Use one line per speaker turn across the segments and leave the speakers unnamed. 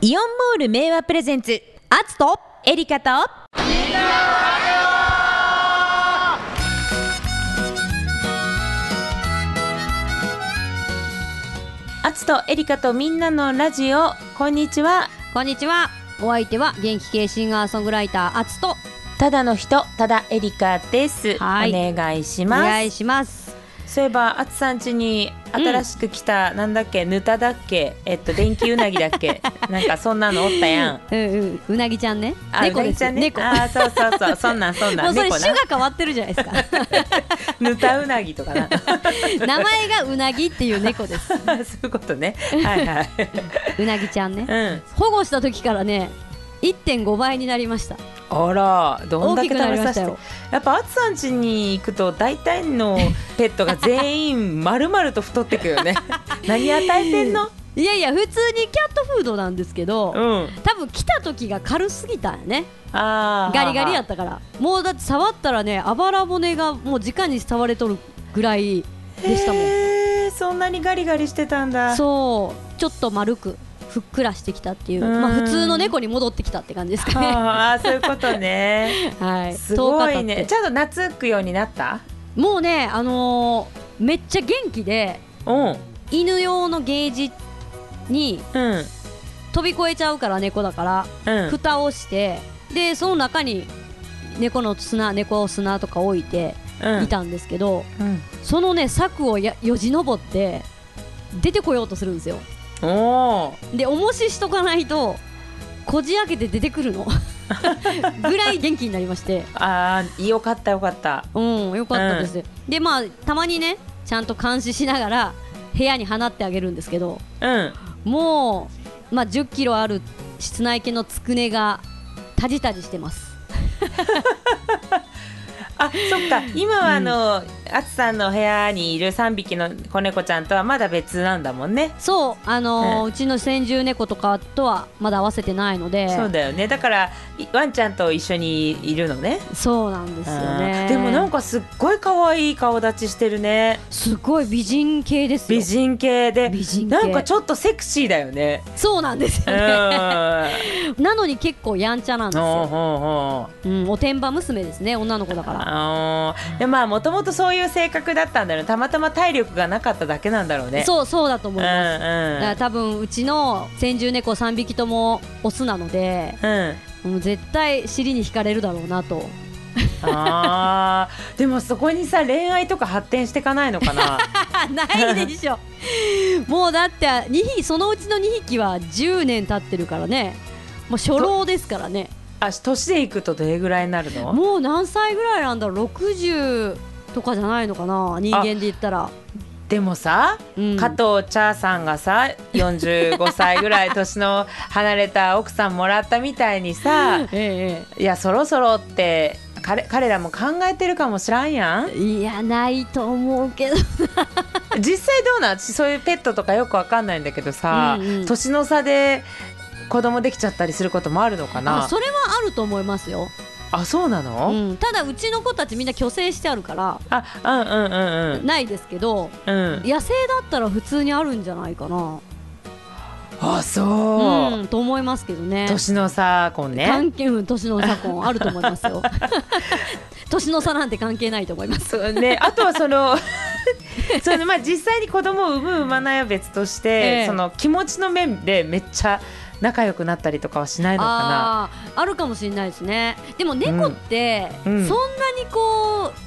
イオンモール名和プレゼンツアツとエリカと
アツとエリカとみんなのラジオこんにちは
こんにちは。お相手は元気系シンガーソングライターアツと
ただの人ただエリカですお
はい
願いし
お
ま
願いします。
すそういえばアツさん家に新しく来た、なんだっけヌタだっけえっと電気うなぎだっけなんかそんなのおった やん
うんうん、うなぎちゃんね。
あ
猫
うな
で
ぎ
す
ちゃ
よ。
んね
猫。
あーそうそうそうそんなんそん
も
な
うんそれ
猫
種
な
が変わってるじゃな いですか。
ヌタうなぎとか な
名前がうなぎっていう猫です。
そういうことねはいはいう
なぎちゃん
う
ね。
ん
保護した時からね、1.5倍になりました。
あらどんだけ
大きくな
食べ
りま
さ
し
せ
た
て
よ
やっぱアツさん家に行くと大体の ペットが全員丸々と太ってく よね何与えてんの
いやいや、普通にキャットフードなんですけど、
うん
多分来た時が軽すぎたよね。
あー
ガリガリやったから。もうだって触ったらね、あばら骨がもう直に触れとるぐらいでしたもん。
へーそんなにガリガリしてたんだ
そうちょっと丸くふっくらしてきたっていう
うん
まあ、普通の猫に戻ってきたって感じですかね。
あーそういうことね
はい、
すごい
10日経
ね
っ
ちゃんと懐くようになった
てもうね、あのーめっちゃ元気で
うん
犬用のゲージに
うん
飛び越えちゃうから猫だから、
うん
蓋をしてでその中に猫の砂猫砂とか置いて
うん
いたんですけど、
うん
そのね柵をやよじ登って出てこようとするんですよ
おー
でおもししとかないとこじ開けて出てく るのぐらい元気になりまして
あーよかったよかった
うんよかったです、でまあたまにねちゃんと監視しながら部屋に放ってあげるんですけど
うん
もう、まあ、1 0キロある室内犬のつくねがタジタジしてます
あそっか今はあの、あつさんのお部屋にいる3匹の子猫ちゃんとはまだ別なんだもんね。
そうあのー
う
うちの先住猫とかとはまだ合わせてないので
そうだよねだからいワンちゃんと一緒にいるのね。
そうなんですよね
うんでもなんかすっごい可愛い顔立ちしてるね
すごい美人系ですよ
美人系で
美人系
なんかちょっとセクシーだよね。
そうなんです
うん
よね、なのに結構やんちゃなんです
ほうほ
よ、
うほう
うん、おてんば娘ですね女の子だから
あーでまあもともとそういう性格だったんだろうたまたま体力がなかっただけなんだろうね。
そうそうだと
う
思
ん
いうます、だから
ん
多分うちの先住猫3匹ともオスなので
うん
もう絶対尻に惹かれるだろうなと
あーでもそこにさ恋愛とか発展していかないのか な
ないでしょ もうだって2匹そのうちの2匹は10年経ってるからねもう初老ですからね
あ年でいくとどれぐらいになるの
もう何歳ぐらいなんだろう60とかじゃないのかな人間で言ったら、
でもさ、
うん
加藤茶さんがさ45歳ぐらい年の離れた奥さんもらったみたいにさ
え
いやそろそろって彼彼らも考えてるかもしらんやん
えいやないと思うけど
実際どうなん私そういうペットとかよくわかんないんだけどさ、
うんうん
年の差で子供できちゃったりすることもあるのかな
あ それはあると思いますよ、
あそうなの、
うん、ただうちの子たちみんな虚勢してあるから
あうんうん
ないですけど
うんうんうん
野生だったら普通にあるんじゃないかな
あそう、
うんと思いますけどね
年の差婚ね
関係うん年の差婚あると思いま すよ年の差なんて関係ないと思います
そうねあとはその そのまあ実際に子供を産む産まないは別として、
ええ
その気持ちの面でめっちゃ仲良くなったりとかはしないのか
あーあるかもしれないですねでも猫って、
うんうん
そんなにこう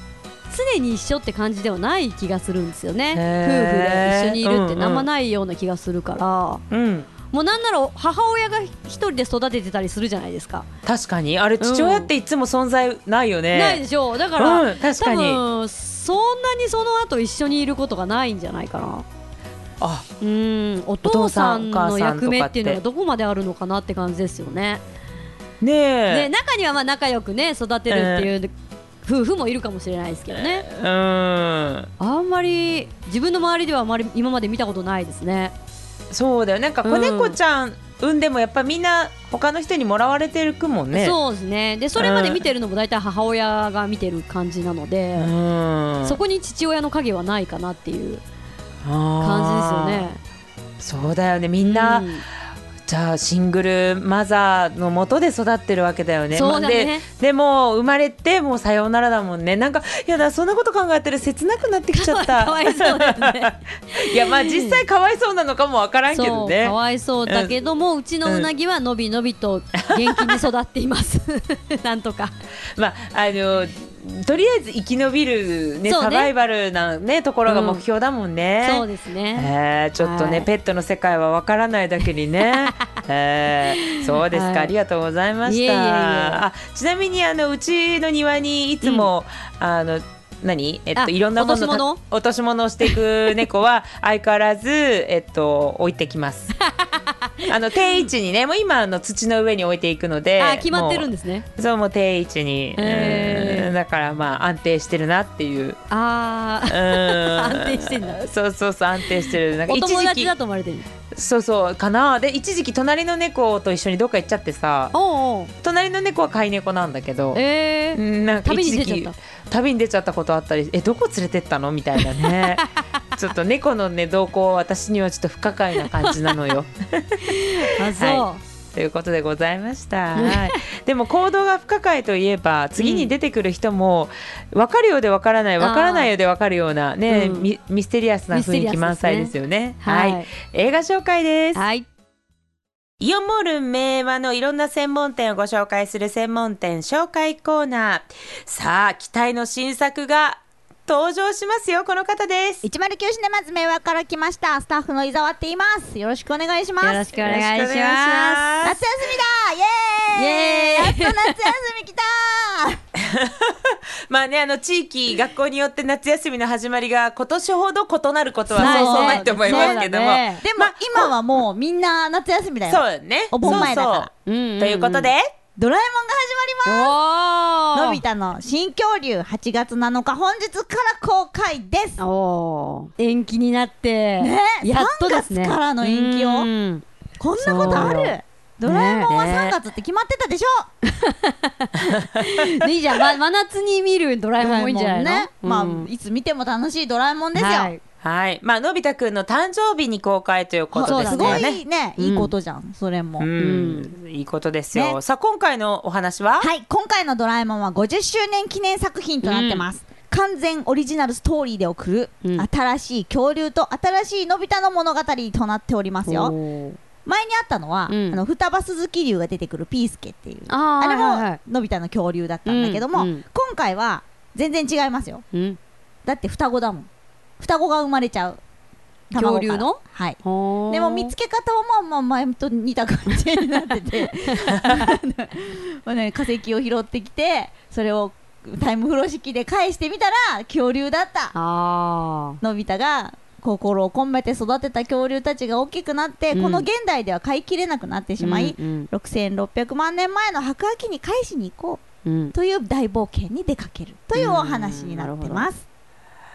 常に一緒って感じではない気がするんですよね夫婦
へー
で一緒にいるっ
う
て
んうん
あんまないような気がするから、
なうん
もうなんなら母親が一人で育ててたりするじゃないですか、
確かにあれ父親っていつも存在ないよね、
ないでしょうだから、
うん確かに
多分そんなにその後一緒にいることがないんじゃないかな
あ
うんお父さ
お父さん
ん
お母さんとかって
の役目っていうのがどこまであるのかなって感じですよね
ねえ
ね、中にはまあ仲良くね育てるっていう夫婦もいるかもしれないですけどね、
うん
あんまり自分の周りではあまり今まで見たことないですね
そうだよなんか子猫ちゃん産んでもやっぱみんな他の人にもらわれてるくもんね
そうですねでそれまで見てるのも大体母親が見てる感じなの
う
で、
ん
そこに父親の影はないかなっていう感じですよ
感
ね
そうだよねみんな、
うん
ちじゃあシングルマザーのもとで育ってるわけだよね。
そうだね
まあででも生まれてもうさようならだもんね。なんかいやだそんなこと考えたら切なくなってきちゃった。
かわいそうだよね
いやまあ実際かわいそうなのかもわからんけ
そ
ど
う
ね
か。わいそうだけども、うちのうなぎはのびのびと元気に育っています なんとか
まああのとりあえず生き延びるね
そうね
サバイバルなねところが目標だもんね。
そうですね。
えー、ちょっとね、
はい
ペットの世界はわからないだけに ね、えー、そうですか、
はい
ありがとうございました
いえいえいえ
あちなみにあのうちの庭にいつも、あの何えっ
あ
といろんなもの
落とし物
た落とし物をしていく猫 は相変わらずえっと置いてきます。あの定位置にねもう今あの土の上に置いていくので、
あ、決まってるん
も
ですね。
うそうもう定位置に、
へー
うんだからまあ安定してるなっていう。
あ
うん安
定してんだ
そうそうそう安定してるなん
あ、
か
お
一
友
時
達
期
だと思われてる。
そうそうかなで一時期隣の猫と一緒にどっか行っちゃってさ
おうおう。
隣の猫は飼い猫なんだけど
え
う
え。
んなんか
旅
一
に
時
出ちゃ
期
った。
旅に出ちゃったことあったりえどこ連れてったのみたいな ねちょっと猫のね動向は私にはちょっと不可解な感じなの よ
あ、
は
そ
ということでございました、はい、でも行動が不可解といえば次に出てくる人も分かるようで分からない分からないようで分かるようなね、
うん
ミミステリアスな雰囲気満載ですよね
う。
はい、
はい。
映画紹介です
はい。
イオンモール名和のいろんな専門店をご紹介する専門店紹介コーナー。さあ、期待の新作が登場しますよ、この方です。よ
109シネマズ名和から来ましたスタッフの伊沢って言いますよろしくお願いします
よろしくお
ろ
願い
く
します。
夏休みだイエーイ
イエーイ
やっと夏休み来た
す。まあね、あの、地域、学校によって夏休みの始まりが今年ほど異なることは
はい
そうそうないと思いますけども。
そうだね
でも、今はもうみんな夏休みだよ
そうね。
お盆前だから
そう
うんう
そうう
ん
んということで、。
ドラえ
お
もんが始まります
お。
のび太の新恐竜8月7日本日から公開です
おお。延期になって。
ね
やっとですね。
3月からの延期を
うん
こんなことあ
そう
るドラえもんは
ね
3月って決まってたでし ょ
いいじゃん。ま真夏に見るドラえもんもいいんじゃない
ね
の。
ま
う
あ
ん
いつ見ても楽しいドラえもんですよ、
はい
はい。まあ、のび太くんの誕生日に公開ということですよ
すご
ね。
いねいいことじゃん、それも、
うん、いいことですよ。
ね
さあ、今回のお話は、
はい今回の「ドラえもん」は50周年記念作品となってます、完全オリジナルストーリーで送る、
うん
新しい恐竜と新しいのび太の物語となっておりますよ
おー
前にあったのは、
うん
あの双葉鈴木竜が出てくるピースケっていう
あー
あれも、
はいはい
のび太の恐竜だったんだけども、
うんうん
今回は全然違いますよ
うん。
だって双子だもん双子が生まれちゃう卵から
恐竜の
はい
ほー
でも見つけ方はまあまあ前と似た感じになって てまあね化石を拾ってきてそれをタイム風呂式で返してみたら恐竜だった
あ
のび太が心を込めて育てた恐竜たちが大きくなって、
うん
この現代では飼いきれなくなって
あ。
しまい、
うんうん
6600万年前の白亜紀に返しに行こ
うん
うという大冒険に出かけるというお話になってます。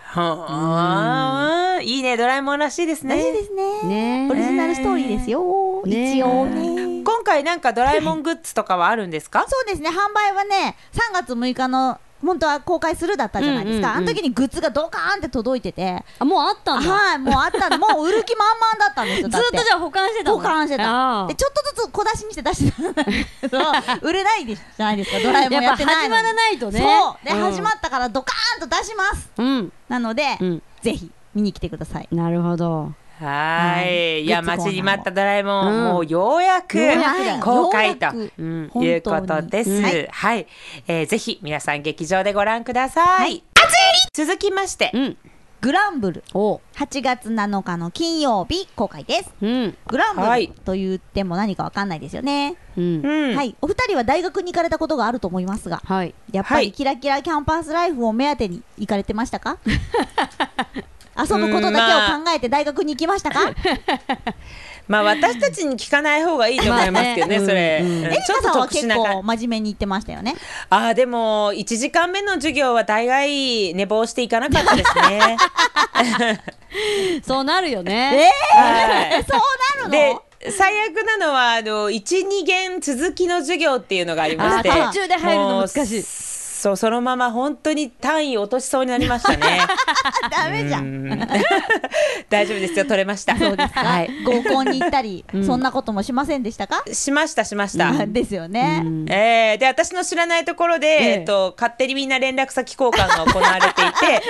はあ、いいね、ドラえもんらしいです
らしいで
ね。
すね
ね
オリジナルストーリーですよ、
ね
一応ね。
今回なんかドラえもんグッズとかはあるんですか？
そうですね、販売はね、3月6日の本当は公開するだったじゃないですか、
うんうんうん
あの時にグッズがドカーンって届いてて、
あもうあったんだ
はい、もうあったの、もう売る気満々だったんで すよ、
ずっとじゃあ保管してた
交換して
あ
た
ー
でちょっとずつ小出しにして出してたんだけど売れないでじゃないですかドラえもんや
やっぱ
ってない
始
の
ま
に
らないとね
そうで、
ん
始まったからドカーンと出します
うん
なので、
うん
ぜひ見に来てください
なるほど
は
はい
い。いや待ちに待ったドラえも
うん
ん、もうようやく
ようやくだよ
公開と
ようやく
うん
本当に
いうことです。
は
はい、えーぜひ皆さん劇場でご覧ください。続きまして
う、ん
グランブル
お
8月7日の金曜日公開です
うん
グランブル、
はい
と言っても何かわかんないですよね
うん
うん
はい、お二人は大学に行かれたことがあると思いますが、
はい
やっぱ
は
り
い
キラキラキャンパスライフを目当てに行かれてまし たか遊ぶことだけを考えて大学に行きましたか、
まあ私たちに聞かない方がいいと思いますけどね、
まあね
それ。
うんうん
うん
えり
ちょ
か
っ
さ
と
んは
特殊
結
な感
構真面目に行ってましたよね。
ああでも1時間目の授業は大概寝坊していかなかったですね。
そうなるよ
え
ね
はい
そうなる
で
の
最悪なのはあの12限続きの授業っていうのがありまして
あー途
中で入るの難し
も
い
うそうそのまま本当に単位落としそうになりました ね
ダメじゃん
うーん 大丈夫ですよ取れましたそうですはい
合コンに行った り、
ん
そんなこともしませんでしたか、
しましたしました、
あ ですよね、
うん
えーで私の知らないところで、
え
えっと、勝手にみんな連絡先交換が行われて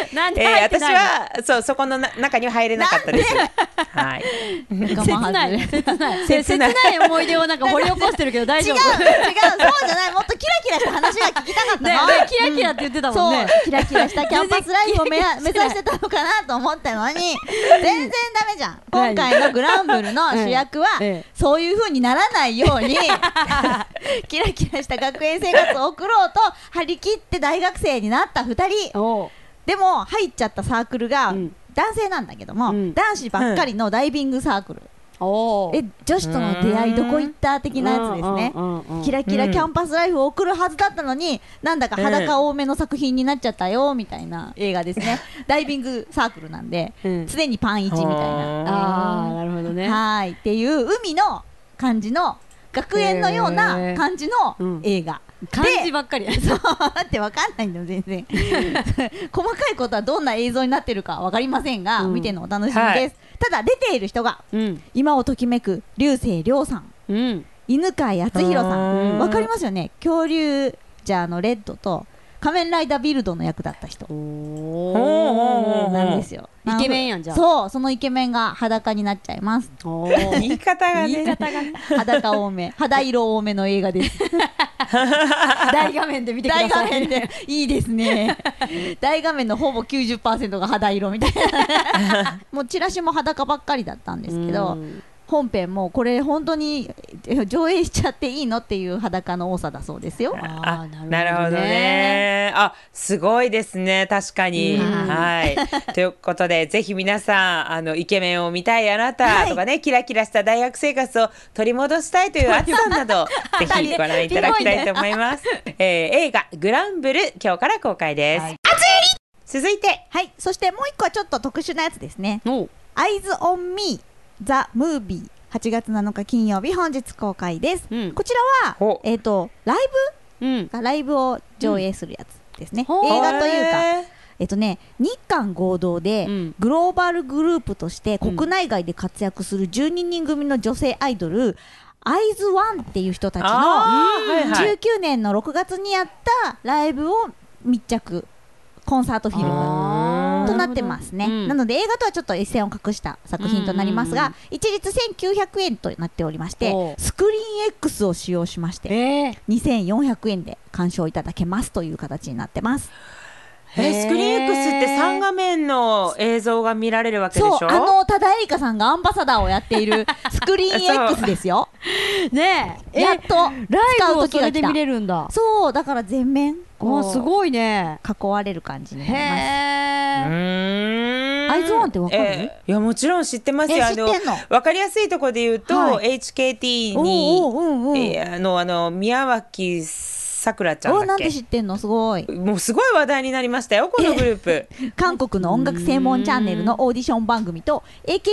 いて
なんで
えー
入って
私
ない
はそうそこのな中には入れなかったです。はい、
仲
切
間
な
外
い
れ
切ない
切
切
ない
ない思い出をなんか掘り起こしてるけど大
違う 違
丈
う
夫
そうじゃないもっとキラキラした話が聞きたかったの、
ねねキラキラって言ってたもん
そう
ね
キラキ ラしたキャンパスライフを目や目
全然キラキラ
指してたのかなと思ったのに全然ダメじゃ ん今回のグランブルの主役は、
ええええ
そういう風にならないよ うに キラキラした学園生活を送ろうと張り切って大学生になった2人
おう
でも入っちゃったサークルが
うん
男性なんだけども、
うん
男子ばっかりのダイビングサークル、
お
え女子との出会いどこ行った的なやつですね、キ
い
ラキラキャンパスライフを送るはずだったのに、なんだか裸多めの作品になっちゃったよみたいな映画で すねダイビングサークルなんで
うん
常にパンイチみたいな
ああなるほどね
はーいっていう海の感じの学園のよう
へ
な
ー
感じ
うん
の映画、
漢字ばっかり
そうだって分かんないんだよ全 然細かいことはどんな映像になってるか分かりませんが、
うん
見てのお楽しみです、
はい
ただ出ている人が
うん
今をときめく流星涼さん
うん
犬飼康弘さ
うんん
わかりますよね恐竜ジャーのレッドと仮面ライダービルドの役だった人
おー
なんですよ
イケメンやんじゃあ
そうそのイケメンが裸になっちゃいます
おー
言い方がね
言い方 が
裸 多め肌色多めの映画です
大画面で見てくだ
大
さ
画面
い
でいいで すね大画面のほぼ90%が肌色みたいなもうチラシも裸ばっかりだったんですけど、
うん
本編もこれ本当にえ上映しちゃっていいのっていう裸の多さだそうですよ
あー
なるほどね。あ、すごいですね。確かに。
うん
はい。ということで、ぜひ皆さん、あのイケメンを見たいあなたとかね、キラキラした大学生活を取り戻したいという熱さんな ど、ぜひご覧いただきたいと思います。えー映画グランブル今日から公開です。
はい
続いて、
はい、そしてもう一個はちょっと特殊なやつですね。
おう
Eyes on Me The Movie 8月7日金曜日本日公開です。
うん
こちらは
ほ、
えっ、と、ライ
うん
ブがライブを上映するやつですね。
うんほう
映画というか、
へー
えっとね、日韓合同で
うん
グローバルグループとして国内外で活躍する12人組の女性アイドル、アイズワンっていう人たちの
あーはいはい。
19年の6月にやったライブを密着、コンサートフィルム。
あー
となってますね、
うん
なので映画とはちょっと一線を隠した作品となりますが、
うん
一律1900円となっておりまして
おう
スクリーン X を使用しまして
ええ
2400円で鑑賞いただけますという形になってます
えスクリーン X って3画面の映像が見られるわけでし
そ
ょ
うあの多田絵里香さんがアンバサダーをやっている スクリーン X ですよ
ねええ
やっと使
ライブ
う
を
時
そ
が
れ
来
で
た
見れるんだ
そうだから全面
お
こ
ーす
う
ごいね
囲われる感じになります
う
へえ
ーん
アイズワンってわかる
えーいやもちろん知ってます
え
よ。
知ってんの
わかりやすいところで言うと、
は
HKT に
おうおううんうん
えーあのあの宮脇さくらちゃ
お
んだ
な
っ
んで
け
知ってんのすごい
もうすごい話題になりましたよこのグルー プ。
韓国の音楽専門チャンネルのオーディション番組と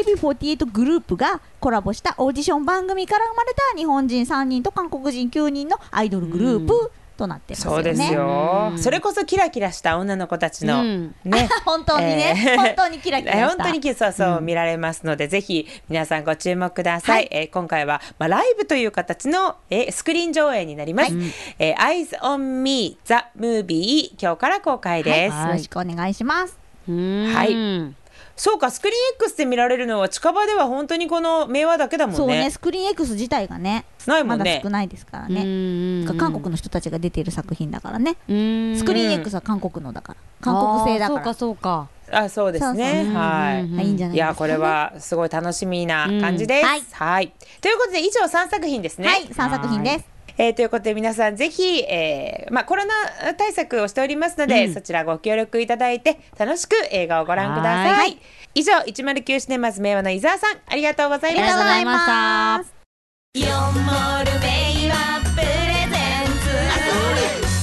AKB48 グループがコラボしたオーディション番組から生まれた日本人3人と韓国人9人のアイドルグループとなってますよね。
そうです よ、
うん
それこそキラキラした女の子たちの、
うん
ね
本当にね、
えー
本当にキラキラし た。
本当にキそうそう見られますので、ぜひ皆さんご注目ください、
はい
えー今回は、まあ、ライブという形の、えースクリーン上映になります「えー Eyes on Me The Movie」今日から公開です、
はいよろしくお願いします。
は
はい
そうかスクリーン X で見られるのは近場では本当にこの名話だけだもんね
そうね、スクリーン X 自体がね、
ないも
ま
ん
だ
ね
少ないですからね。
ね
韓国の人たちが出ている作品だからね。
の
スクリーン X は韓国のだから、韓国製だから。
そうか
あそうですね
そうそう
はい、
うん
まあいいんじ
い
ゃないですか、ね。
やこれはすごい楽しみな感じです、
うんはい
はいということで以上3作品ですね
はい、3作品です。
えーということで皆さんぜひ、えーまあ、コロナ対策をしておりますので、
うん
そちらご協力いただいて楽しく映画をご覧ください
は
以上109シネマズ名和の伊沢さんありがとうござい
あ
ま
り
し
がとうご
た
ざいまし
イオ
た。
ンモールベイはプレゼンツ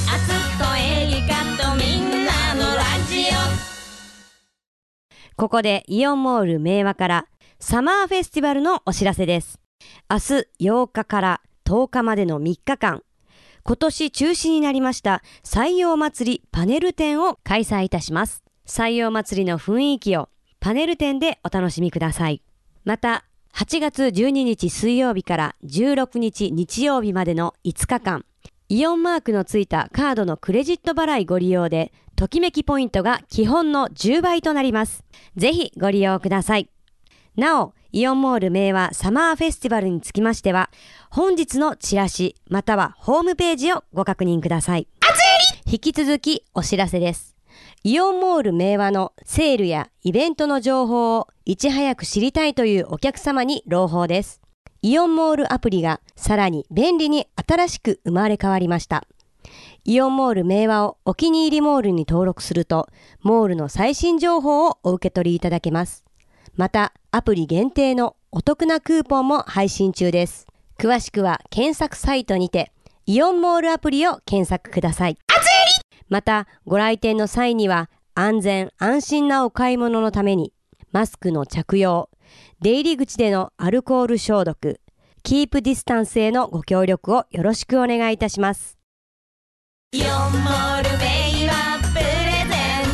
あつこエリカとみんなのラジオ
ここでイオンモール明和からサマーフェスティバルのお知らせです。明日8日から10日までの3日間、今年中止になりました採用祭りパネル展を開催いたします。採用祭りの雰囲気をパネル展でお楽しみください。また、8月12日水曜日から16日日曜日までの5日間、イオンマークのついたカードのクレジット払いご利用で、ときめきポイントが基本の10倍となります。ぜひご利用ください。なお、イオンモール名和サマーフェスティバルにつきましては、本日のチラシまたはホームページをご確認ください。引き続きお知らせです。イオンモール名和のセールやイベントの情報をいち早く知りたいというお客様に朗報です。イオンモールアプリがさらに便利に新しく生まれ変わりました。イオンモール名和をお気に入りモールに登録すると、モールの最新情報をお受け取りいただけます。また、アプリ限定のお得なクーポンも配信中です。詳しくは検索サイトにて、イオンモールアプリを検索ください。また、ご来店の際には、安全安心なお買い物のために、マスクの着用、出入り口でのアルコール消毒、キープディスタンスへのご協力をよろしくお願いいたします。
イオンモールベイはプレゼン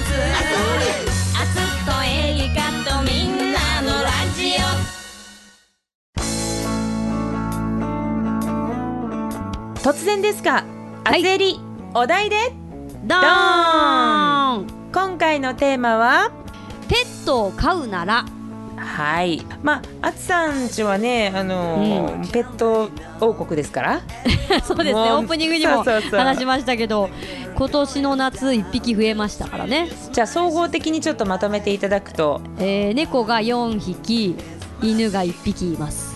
ツあつとエリカとみんなのラジ
突然ですが、あつえり、お題で
ドーン
今回のテーマは
ペットを飼うなら
はいまああつさんちはねあのーペット王国ですから
そうですね
もう
オープニングにも
そうそうそう
話しましたけど今年の夏1匹増えましたからね、
じゃあ総合的にちょっとまとめていただくと
えー猫が4匹犬が1匹います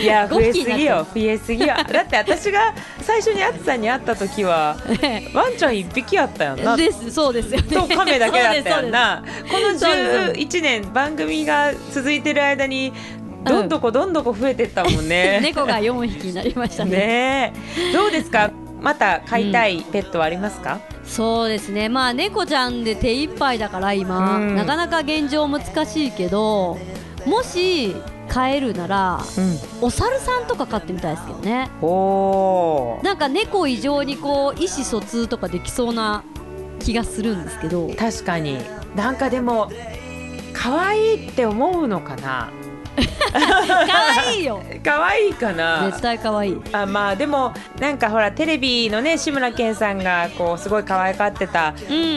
いや増
五
え
匹
す
になっ
ぎ
た
よ増えすぎよだって私が最初にあつさんに会った時は ワンちゃん1匹あったよな
ですそうですよね
とカメだけだったよなこの
そうですそう
11年番組が続いてる間にどんどこどんどこ増えてったもん
そうです
ね
猫が4匹になりましたね
ねえどうですかまた飼いたいペットはありますか、
そうですねまあ猫ちゃんで手一杯だから今、
うん
なかなか現状難しいけどもし飼えるならお猿さんとか飼ってみたいですけどね
おおー
なんか猫以上にこう意思疎通とかできそうな気がするんです けど
確かになんかでも可愛いって思うのかな
可愛 いよ
可愛いかな
絶対可愛い
あまあでもなんかほらテレビのね志村けんさんがこうすごい可愛がってた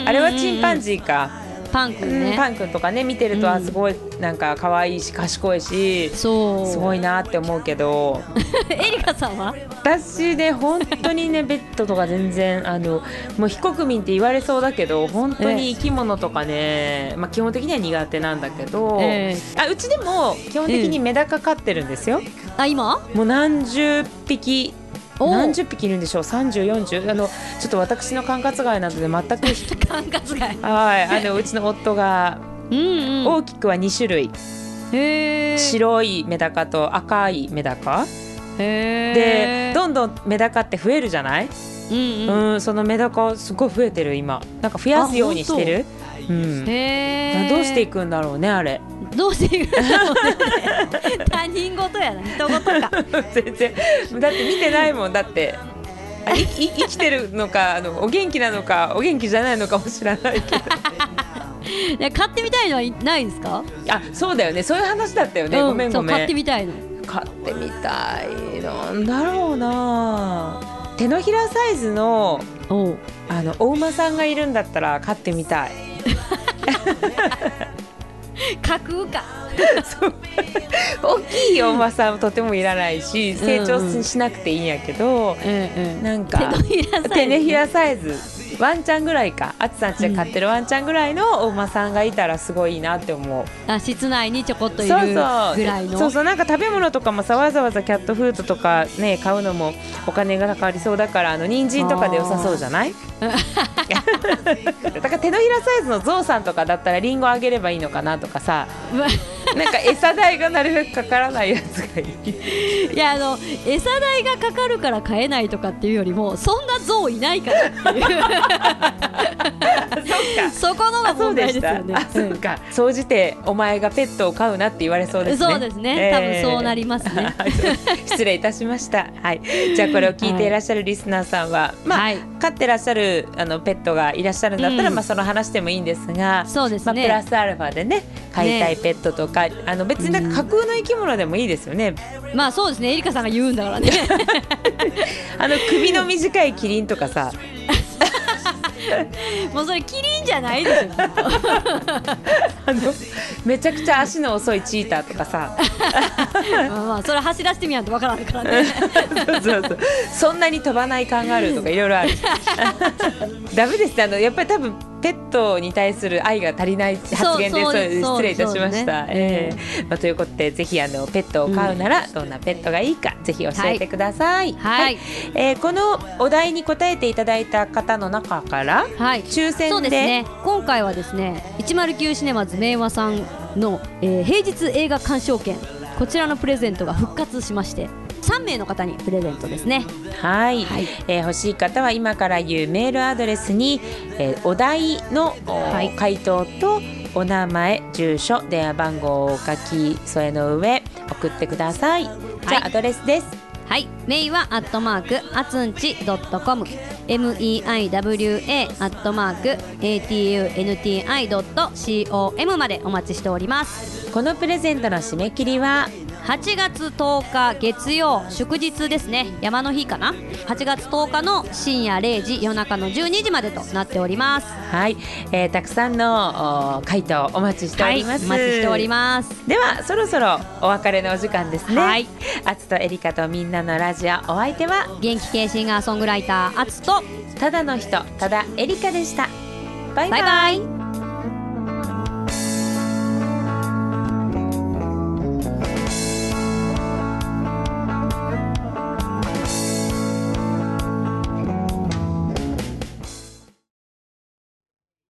あれはチンパン
ジ
ジーか、
ーパン君
うんパ
ね
ン君とかね見てると
うん
あすごいなんか可愛いし賢いし
そう
すごいなって思うけど
エリカさんは
私ね本当に ねベッドとか全然あのもう非国民って言われそうだけど本当に生き物とかね、まあ、基本的には苦手なんだけど、
え
あうちでも基本的にメダカ飼ってるんですよ、
あ今
もう何十匹
おう
何十匹いるんでしょう3040あのちょっと私の管轄外なので全く ひ
管轄外
はいあのうちの夫が
うんうん
大きくは2種類、
へえ
白いメダカと赤いメダカで
で
どんどんメダカって増えるじゃない、
うん
う
うん
ん、そのメダカすごい増えてる今なんか増やすようにしてる、うん、だから
へえ
どうしていくんだろうねあれ
どうしてい くの他人事やな人 事か
全然だって見てないもんだってあいい生きてるのかあのお元気なのかお元気じゃないのかも知らないけど
いや買ってみたいのはいないんですか、
あそうだよねそういう話だったよね、
うん
ごめん
そ
ご
う
めん
買ってみたいの
買ってみたいなんだろうな手のひらサイズの
おう
あのお馬さんがいるんだったら飼ってみたい
架空か
大きいお馬さんはとてもいらないし
ん
成長しなくていいんやけど、
えええ
なん
え手
か
のひらサイズ
手のひらサイズワンちゃんぐらいかあつさんちで飼ってるワンちゃんぐらいのお馬さんがいたらすごいいいなって思う、
あ室内にちょこっと
そう
いる
そう
ぐらいの
そうそうなんか食べ物とかもさわざわざキャットフードと かね買うのもお金がかかりそうだからあの人参とかで良さそうじゃないかだから手のひらサイズのゾウさんとかだったらリンゴあげればいいのかなとかさ
うわ
なんか餌代がなるべくかからないやつがいい
いやあの餌代がかかるから買えないとかっていうよりもそんな象いないからっていう
あそっか
そこのが
あそう
問
で
題で
し
す
た
よね
あそっか総じてお前がペットを飼うなって言われそうですね
そうですね多分そうなりますね
失礼いたしましたはいじゃあこれを聞いていらっしゃるリスナーさんは、まあ、
はい
飼ってらっしゃるあのペットがいらっしゃるんだったら、
うん
まあその話でもいいんですが
そうです
まあ、プラ
ね、
スアルファでね飼いたいペットとか、あの別になんか架空の生き物でもいいですよね、
まあ、そうですねエリカさんが言うんだからね
あの首の短いキリンとかさ
もうそれキリンじゃないで すよ
あのめちゃくちゃ足の遅いチーターとかさ
まあまあそれ走らせてみないとわからんから ね
そうそうそうそんなに飛ばないカンガルーとかいろいろある ダメですねあのやっぱり多分ペットに対する愛が足りない発言で
そうそう
そう
です
失礼いたしま
そうです
し
ね
た。ええまあ、ということでぜひあのペットを飼うならどんなペットがいいか、ぜひ教えてください。
はい
えーこのお題に答えていただいた方の中から
はい
抽選で
そうですね今回はですね109シネマズ明和さんの、えー平日映画鑑賞券こちらのプレゼントが復活しまして3名の方にプレゼントですね
はい、
はい
えー欲しい方は今から言うメールアドレスに、えーお題の、お
はい
回答とお名前住所電話番号をお書き添えの上送ってください、じゃあアドレスです
はい、メイはアットマークあつんちドットコム、M E I W A アットマーク A T U N T I ドット C O M までお待ちしております。
このプレゼントの締め切りは
8月10日月曜祝日ですね山の日かな8月10日の深夜0時夜中の12時までとなっております
はい、えーたくさんのお回答お待ちしております、
お待ちしております
ではそろそろお別れのお時間ですね
はい
あつとえりかとみんなのラジオお相手は
元気系シンガーソングライターあつと
ただの人ただえりかでしたバイバイ
バイバイ